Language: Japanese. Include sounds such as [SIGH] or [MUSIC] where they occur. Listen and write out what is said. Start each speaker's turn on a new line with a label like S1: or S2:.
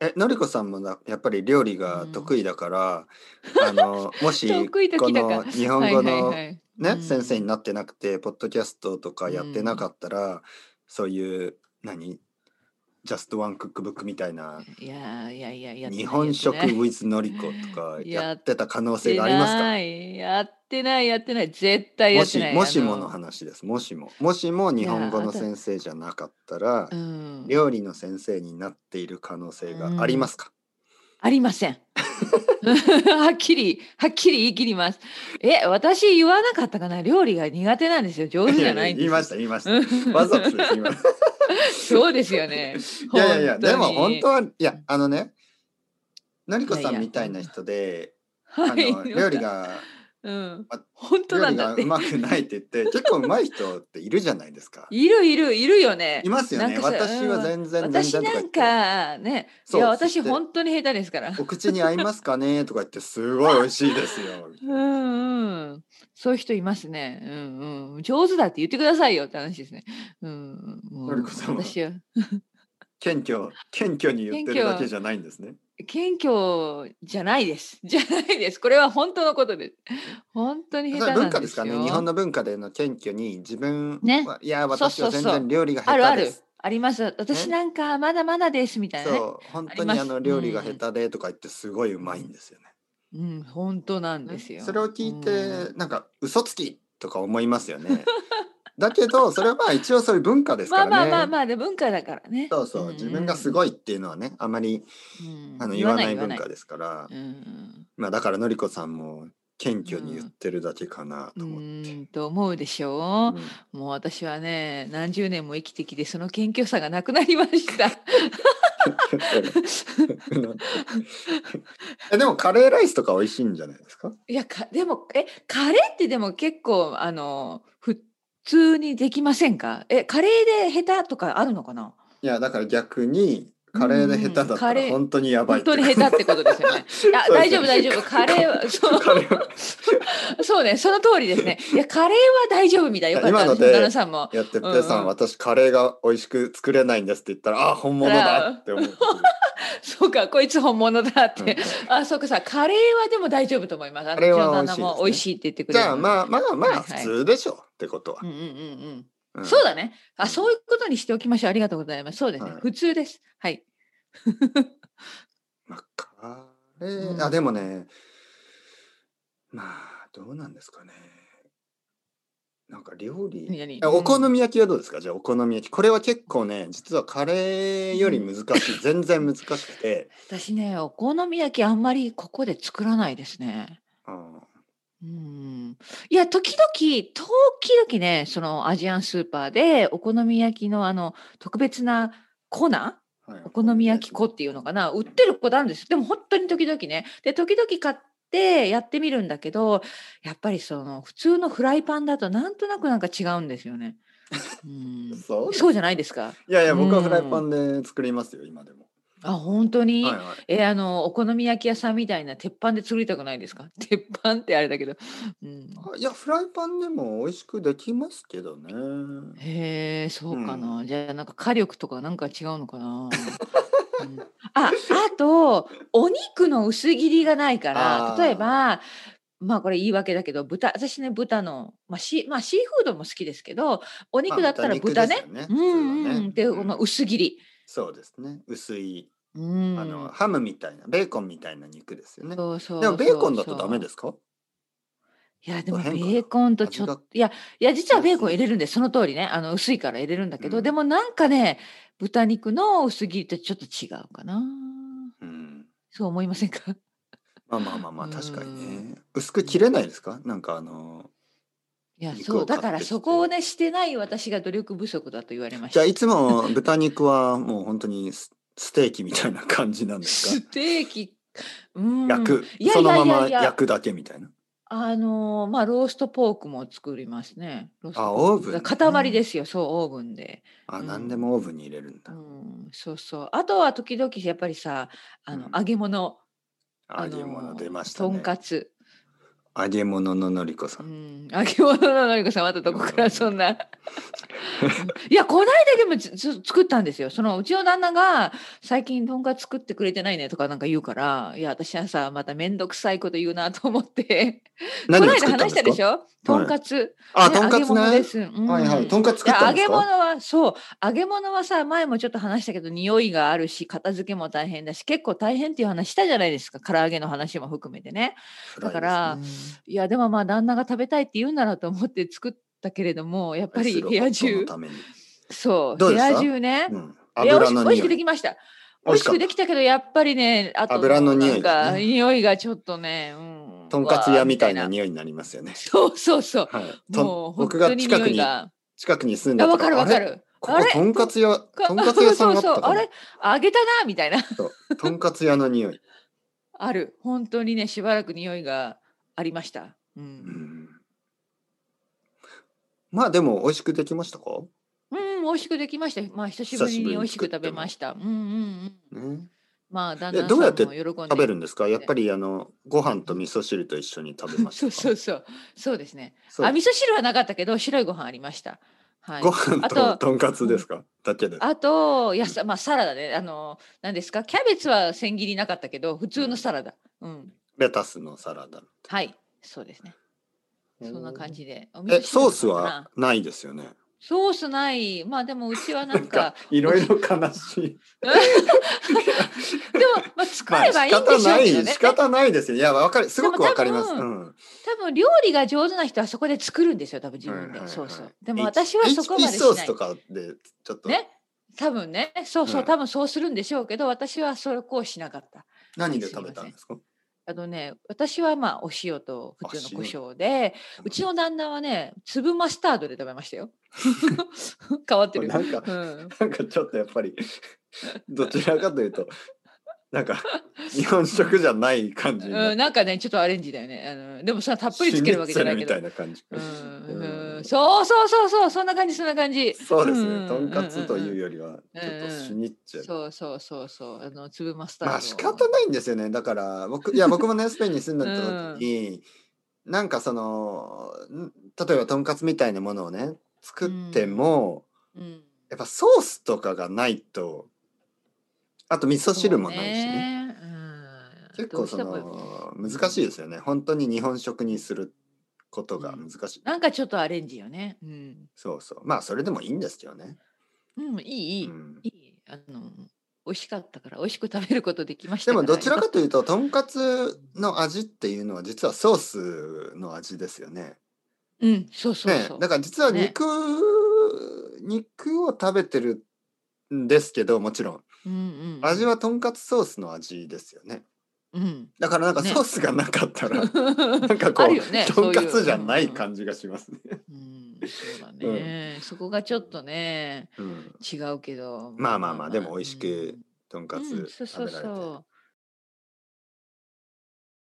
S1: え、のりこさんもな、やっぱり料理が得意だから、あ
S2: [LAUGHS]
S1: の、もし、
S2: 得意と
S1: こ
S2: きた
S1: の
S2: か。
S1: 日
S2: は
S1: 本
S2: い
S1: 語
S2: はい
S1: の
S2: はい。う
S1: ね、先生に
S2: ん。
S1: なってなくて、ポッドキャストとか
S2: う
S1: やってなか
S2: ん。
S1: ったら、そういう、何ジャストワンクックブックみたいない
S2: やーいやいや、やっ
S1: 日
S2: てない
S1: 本
S2: やってな
S1: 食
S2: い。
S1: with のりことかやっ
S2: やって
S1: た可能性
S2: て
S1: があります
S2: な
S1: か
S2: い。やってない、やってない。絶対
S1: も
S2: やって
S1: し、
S2: ない。
S1: も
S2: あ
S1: しもの
S2: の、
S1: 話です。もしも。もしも
S2: い
S1: 日本
S2: や
S1: 語
S2: ー、あ
S1: の
S2: た、
S1: 先生じゃなかったら、
S2: うん。 [LAUGHS]
S1: 料理の先生になっている可能
S2: う
S1: 性がありま
S2: ん。
S1: すか
S2: ありません。はっきり、はっきり言い切ります。え、私言わなかったかな料理が苦手なんですよ。上
S1: い
S2: 手じ
S1: や
S2: ゃ
S1: い
S2: な
S1: や、
S2: いん
S1: [LAUGHS] 言
S2: で
S1: いますした、
S2: よ。
S1: 言いました。わざとです、
S2: うん
S1: 今。い
S2: そうですよね。
S1: やいやい
S2: 本
S1: や、で
S2: 当
S1: も本当
S2: に。
S1: は、いや、あのね、のり
S2: い
S1: こ
S2: やい
S1: さん
S2: や、
S1: みた
S2: ほ
S1: い
S2: ん
S1: な人で、あ
S2: は
S1: の、
S2: い、なん
S1: 料理
S2: か、
S1: が、
S2: うん、
S1: ま
S2: 本当
S1: 料
S2: な
S1: 理
S2: んだ
S1: が
S2: っ
S1: う
S2: て。
S1: まくないって言って、
S2: [LAUGHS]
S1: 結構うまい人っているじゃないですか。
S2: いるいるいるよ
S1: い
S2: ね。
S1: ますよ
S2: なん
S1: ね。
S2: かさ、
S1: 私は
S2: うん、
S1: 全然全
S2: 私
S1: 然とか
S2: な
S1: 言っ
S2: ん
S1: て。
S2: かね、いや、
S1: そう、そし
S2: 私
S1: て、
S2: 本当に下手ですから。
S1: お口に合いますかねとか言って、すごい美味しいですよ。みた
S2: う
S1: いな。
S2: んうん、そういう人いますね。うんうん、上手だって言ってくださいよって話ですね。うん、
S1: のり
S2: も
S1: こ
S2: う
S1: さんは、
S2: 私は
S1: 謙虚、謙虚に言っ
S2: 謙
S1: てるだけ
S2: 虚
S1: じゃないんですね。
S2: 謙虚じゃないです。 [LAUGHS] じゃないです。これは本当のことです。本当に
S1: そ
S2: 下
S1: れは
S2: 手
S1: 文
S2: なん
S1: 化
S2: で
S1: ですか
S2: す
S1: ね。日本
S2: よ。
S1: の文化での謙虚に、自分
S2: ね。
S1: は、いや、
S2: そう
S1: 私は
S2: そ
S1: 全
S2: うそ
S1: 然
S2: う。
S1: 料理が
S2: ある
S1: 下
S2: あ
S1: 手で
S2: る。
S1: す。
S2: あります。私
S1: ね。
S2: なんかまだまだですみたいなね。
S1: そう、本
S2: あり
S1: 当
S2: ま
S1: にあ
S2: す。
S1: の
S2: う
S1: 料理が
S2: ん。
S1: 下手でとか言ってすごいう
S2: う
S1: まいん
S2: ん。
S1: ですよね。
S2: うん、本当なんで
S1: ね、
S2: す
S1: それ
S2: よ。
S1: を
S2: う
S1: 聞い
S2: ん。
S1: て、なんか嘘つきとか思いますよ
S2: [LAUGHS]
S1: ね。だけど、それはまあ一応そういう文化です
S2: ま
S1: か
S2: あ
S1: ら
S2: まあまあ
S1: ね。
S2: まあ、で文化だからね。
S1: そう
S2: う
S1: そう、自分がす
S2: ん
S1: ごいっていうのはね、あまり
S2: うん。う
S1: あの
S2: ん、言
S1: 言
S2: わ
S1: わ
S2: な
S1: ないい
S2: 言わ
S1: 文
S2: な
S1: 化
S2: い。
S1: ですから、
S2: うん。
S1: まあだからのりこさんも謙
S2: う
S1: 虚に言っ
S2: ん。
S1: てるだけかな
S2: う
S1: と思って。
S2: ーんと思うでし
S1: う
S2: ょ
S1: ん。
S2: う。もう私はね、何十年も生きてきて、その謙虚さがなくなりました。
S1: [LAUGHS] え、でもカレーライスとか美味しいんじゃないですか
S2: いや、か、でも、え、カレーってでも結構、あの、普通にできませんかえ、カレーで下手とかあるのかない
S1: や、だから逆に、
S2: う
S1: カレーで下手
S2: んうん、
S1: だっ
S2: カ
S1: たら
S2: レー、
S1: 本当にやばい
S2: 本
S1: っ
S2: 当
S1: て
S2: に
S1: こ
S2: 下手ってことですよね。いや、
S1: と。そうですよ
S2: 大丈夫、
S1: ね。
S2: 大丈夫。カレーは、そう、
S1: カレーは。
S2: そうね、その通りですね。いや、カレーは大丈夫みたい
S1: い
S2: な。よ
S1: や
S2: かった。
S1: 今の
S2: 私も旦那
S1: で
S2: さんも。
S1: やって
S2: う
S1: ペイさ
S2: んうんん。
S1: 私カレーが美味しく作れないんですって言ったらあ本
S2: た
S1: 物だっ
S2: ら、
S1: て思うことです。
S2: そうか、こいつ本物だっ
S1: う
S2: て。
S1: ん、
S2: あ、そうかさ、カレーはでも大丈夫と思います。あ
S1: カ
S2: の、う
S1: レー
S2: ちの
S1: は
S2: 旦
S1: 美味し
S2: 那
S1: いで
S2: も
S1: す
S2: 美味
S1: ね。
S2: しいって言ってく
S1: じ
S2: れ
S1: ゃ
S2: る
S1: あ
S2: ので。
S1: まあまあま
S2: はい
S1: あ普
S2: はい。
S1: 通でしょうってこと
S2: う
S1: は。
S2: んうんうんうん。
S1: う
S2: そうんだね。
S1: う
S2: あ、
S1: ん
S2: そういうことにしておきましょう。ありがとうございます。そうですね。
S1: はい。
S2: 普通です。はい。
S1: まあカ
S2: う
S1: レーあで
S2: ん。
S1: もねまあどうなんですかね。なんか料理
S2: 何々
S1: あ
S2: う
S1: お好
S2: ん。
S1: み焼きはどうですかじゃあお好み焼きこれは結構ね実はカレー
S2: う
S1: より
S2: ん。
S1: 難しい全然難しくて、
S2: 私ね、お好み焼きあんまりここで作らないですね。
S1: うん、
S2: うん。いや、時々、時々ね、そのアジアンスーパーでお好み焼きのあの、特別な粉
S1: はい
S2: お
S1: お
S2: 好
S1: 好
S2: み
S1: み
S2: 焼
S1: 焼
S2: き
S1: き
S2: 粉
S1: ね。
S2: っていうのかな売ってることあるんですでも本当に時々ね。で、時々買ってやってみるんだけど、やっぱりその普通のフライパンだとなんとなくなんか違うんですよね。う
S1: [LAUGHS]
S2: ん。
S1: そうで
S2: そ
S1: す
S2: うじ
S1: か
S2: ゃないですか
S1: いやいや、
S2: う
S1: 僕はフライパ
S2: ん。
S1: ンで作りますよ、今でも。
S2: あ、本当
S1: はい
S2: に
S1: はい。
S2: えーあの、お好み焼き屋さんみたいな鉄板で作りたくないですか鉄板ってあれだけど。うん。
S1: あいや、フライパンでも美味しくできますけどね。う
S2: へえ、そうか
S1: ん。
S2: な。じゃあ、なんか火力とかなんか違うのか
S1: [LAUGHS]
S2: な。うん、あ、あと、お肉の薄切りがないから、例え
S1: あ
S2: ば、まあこれ言い訳だけど、豚、私ね、豚の、まあシー、まあ、シーフードも好きですけど、お
S1: あ、まあ、
S2: 肉だっ
S1: 豚
S2: たら
S1: 肉
S2: 豚
S1: です
S2: ね。
S1: よね、
S2: う
S1: 普通は
S2: んう
S1: ね。
S2: ん。で、
S1: う
S2: この
S1: ん。
S2: 薄切り。
S1: そうですね。薄い、あ
S2: う
S1: の、
S2: ん。
S1: ハムみたいな、ベーコンみたいな肉ですよね。
S2: そう
S1: で
S2: そ
S1: も、
S2: う
S1: ベー
S2: そ
S1: コ
S2: う
S1: ンだとダメ
S2: そ
S1: で
S2: う。
S1: すか
S2: いや、
S1: ち
S2: で
S1: ょっと
S2: もベ
S1: 変か
S2: ー
S1: な。
S2: コンと
S1: 味
S2: ちょっ
S1: が
S2: と、いや、いや、実は
S1: 強
S2: ベー
S1: す
S2: コン入
S1: ぎ
S2: れる
S1: る。
S2: んで、その通りね、あの、薄いから入れるんだ
S1: う
S2: けど、で
S1: ん。
S2: もなんかね、豚肉の薄切りとちょっと違うかな。
S1: うん。
S2: そう思いませんか
S1: まあまあまあま
S2: [LAUGHS] う
S1: あ、確かに
S2: ん。
S1: ね。薄
S2: う
S1: く切れ
S2: ん
S1: ないですかなんかあの、
S2: いや、
S1: 肉
S2: そう。
S1: を
S2: だ
S1: 買っ
S2: から
S1: てき
S2: そこを
S1: て。
S2: ね、してない私が努力不足だと言われま
S1: じゃ
S2: し
S1: あ
S2: た。
S1: いつも豚肉はもう本当にスステーキみたいな感じなんですか
S2: ステーキ、 [LAUGHS] う
S1: 焼
S2: ん。
S1: く
S2: いや
S1: そ
S2: い
S1: のま
S2: やいやい
S1: ま
S2: や、
S1: 焼くだけみたいな
S2: あのーまあ、ローストポークも作りますね。ロースト
S1: あ
S2: ポー
S1: オー
S2: ク。
S1: ブ
S2: だ
S1: ン
S2: か
S1: で
S2: ら塊で
S1: ね
S2: すよ、そう、オーブンで。
S1: あ
S2: う
S1: 何で
S2: ん。
S1: もオーブンに入れるん
S2: う
S1: だ、
S2: ん、そうそう。あとは時々やっぱりさ、
S1: う
S2: あの、
S1: ん、
S2: 揚げ物、あ
S1: 揚げ物出
S2: の
S1: ま
S2: ー
S1: した
S2: とん
S1: ね
S2: かつ。
S1: 揚げ物ののりこさ。
S2: うんん、揚げ物ののりこさんまたどこから
S1: [LAUGHS]
S2: そんないやこないだでもつつ作ったんですよそのうちの旦那が最近とんかつ作ってくれてないねとかなんか言うからいや私はさまた面倒くさいこと言うなと思ってこ
S1: 何
S2: な
S1: を
S2: いだ
S1: 作ったん
S2: 話
S1: です
S2: したでし
S1: か。
S2: ょとんかつ、
S1: あ、
S2: ね
S1: とんか
S2: 揚
S1: つ
S2: げ物で
S1: ね。
S2: す、うん
S1: はいはい。とんかつ
S2: い
S1: 作っ
S2: や
S1: た
S2: 揚
S1: んで
S2: げ
S1: す
S2: 物
S1: か。
S2: はそう揚げ物はさ前もちょっと話したけど匂いがあるし片付けも大変だし結構大変っていう話したじゃないですか唐揚げの話も含めてねだから
S1: 暗いですね
S2: いやでもまあ旦那が食べたいって言うならと思って作ったけれ
S1: [LAUGHS]
S2: どもやっぱ
S1: 愛す
S2: り
S1: る
S2: 部屋
S1: 夫
S2: 中
S1: のために
S2: そう
S1: どう
S2: 部
S1: でした
S2: 屋中ね、
S1: うん。
S2: いや美味
S1: 油
S2: し
S1: の
S2: 美味し
S1: 匂
S2: くで
S1: い。
S2: きました美味しくできたけどやっぱりねあと
S1: 油の匂いですね
S2: なんか匂いがちょっとね、うん、
S1: とんかつ屋みたい
S2: わ
S1: な
S2: あ
S1: 匂いになりますよね。
S2: そうそうそう
S1: はい。
S2: もう
S1: と
S2: 本
S1: 僕が
S2: 当に
S1: 近
S2: 匂
S1: く
S2: い
S1: に
S2: が
S1: 近くに住ん
S2: い
S1: で
S2: や
S1: た
S2: わ
S1: か
S2: かる
S1: ら
S2: わか
S1: あれ
S2: る
S1: こ
S2: あ
S1: こ
S2: れ
S1: とんかつ屋
S2: か
S1: とんかつ屋さんだっ
S2: そ
S1: た
S2: うそう
S1: か
S2: あ
S1: な
S2: れあげたなみたいな [LAUGHS]
S1: そうとんかつ屋の匂い、
S2: ある本当にねしばらく匂いがありました、う
S1: うんん、まあでも美味しくできましたか、
S2: うん、美味しくできました。まあ久しぶりに美味しく食べました。うんうんうん。
S1: ね、
S2: まあ旦
S1: え
S2: 那さ
S1: ど
S2: ん
S1: う
S2: も
S1: やって
S2: 喜んで
S1: 食べるんですかやっぱりあのご飯と味噌汁と一緒に食べまし
S2: そ
S1: た
S2: う
S1: か
S2: そうそう。そうですね。
S1: そう
S2: あ味噌汁はなかったけど白いご飯ありました。はい
S1: ご。飯
S2: あ
S1: と
S2: と
S1: とんかつですか、だけで
S2: あとやさまあサラダねあの何ですかキャベツは千切りなかったけど普通のサラダ。うん。
S1: レタスのサラダ
S2: はい。そうですね。そんな感じで。お味噌
S1: え
S2: 汁
S1: ソース
S2: か
S1: は
S2: な。
S1: ないですよね
S2: ソースない。まあでもうちはな
S1: なんん
S2: か
S1: か。いろいろ悲し
S2: [LAUGHS]
S1: い
S2: でもまあ作ればいいんでしょうけど
S1: まあ
S2: ね
S1: 仕。方ないですよいやわかるすごくわかります
S2: でも多分
S1: うん
S2: 多分料理が上手な人はそこで作るんですよ多分自分
S1: はいは
S2: で、
S1: いはい
S2: そうそうでも
S1: H-
S2: 私はそこまで
S1: HP
S2: し
S1: ソー
S2: な
S1: ス
S2: い
S1: とかでちょっと
S2: ね多分ねそうそう、
S1: うん
S2: 多分そうするんでしょうけど私はそこをしなかった
S1: 何で食べたんですか
S2: あのね私はまあお塩と普通の
S1: あ
S2: 胡
S1: 塩
S2: 椒でうちの旦那はね粒マスタードで食べましたよ [LAUGHS] 変わってる
S1: なんか
S2: うん、
S1: なんかちょっとやっぱりどちらかというとなんか日本食じゃない感じにな
S2: う
S1: っ
S2: ん、
S1: て
S2: なんかねちょっとアレンジだよねあのでもさたっぷりつけるわけじゃないけど
S1: シュニッツェルみた
S2: う
S1: いな感じ、 [LAUGHS]
S2: んうんそうそうそうそうそんな感じそんな感じ
S1: そうです
S2: うん
S1: ねとんかつというよりは
S2: うん
S1: ちょっとシュニッチェル、
S2: そうそうそうそうあの粒マスタード
S1: まあ仕方ないんですよねだから僕い
S2: [LAUGHS]
S1: や僕もねスペインに住んでた時に、なんかそのん例えばとんかつみたいなものをね作っても、
S2: うん
S1: やっぱソースとかがないとあと味噌汁もないしね
S2: そううん
S1: 結構そ
S2: どうしても
S1: の難しいですよね本当に日本食にすることが難しい、
S2: なんかちょっとアレンジよねうん、
S1: そうそうまあそれでもいいんですよね、
S2: うん、いいいい、
S1: うん
S2: いいあの美味しかったから美味しく食べることできま
S1: で
S2: した
S1: も
S2: から
S1: どちらかというととんかつの味っていうのは実はソースの味ですよね
S2: うんそうそうそう、
S1: ねだから実は
S2: ね
S1: 肉、肉を食べてるんですけどもちろん
S2: うんうんうん、
S1: 味はとんかつソースの味ですよね
S2: うん
S1: だからなんか
S2: ね
S1: ソースがなかった
S2: [LAUGHS]
S1: ら、 [LAUGHS] なんかこ
S2: あ
S1: う
S2: るよね
S1: とんかつじゃな
S2: そう
S1: いう感じがしますね、
S2: うんうん、うんそうだね、そこがちょっとね
S1: うん、
S2: 違うけど
S1: まあまあまあでも美味しくとんか
S2: うん
S1: つ
S2: そ
S1: 食
S2: うそう
S1: べられて、
S2: そう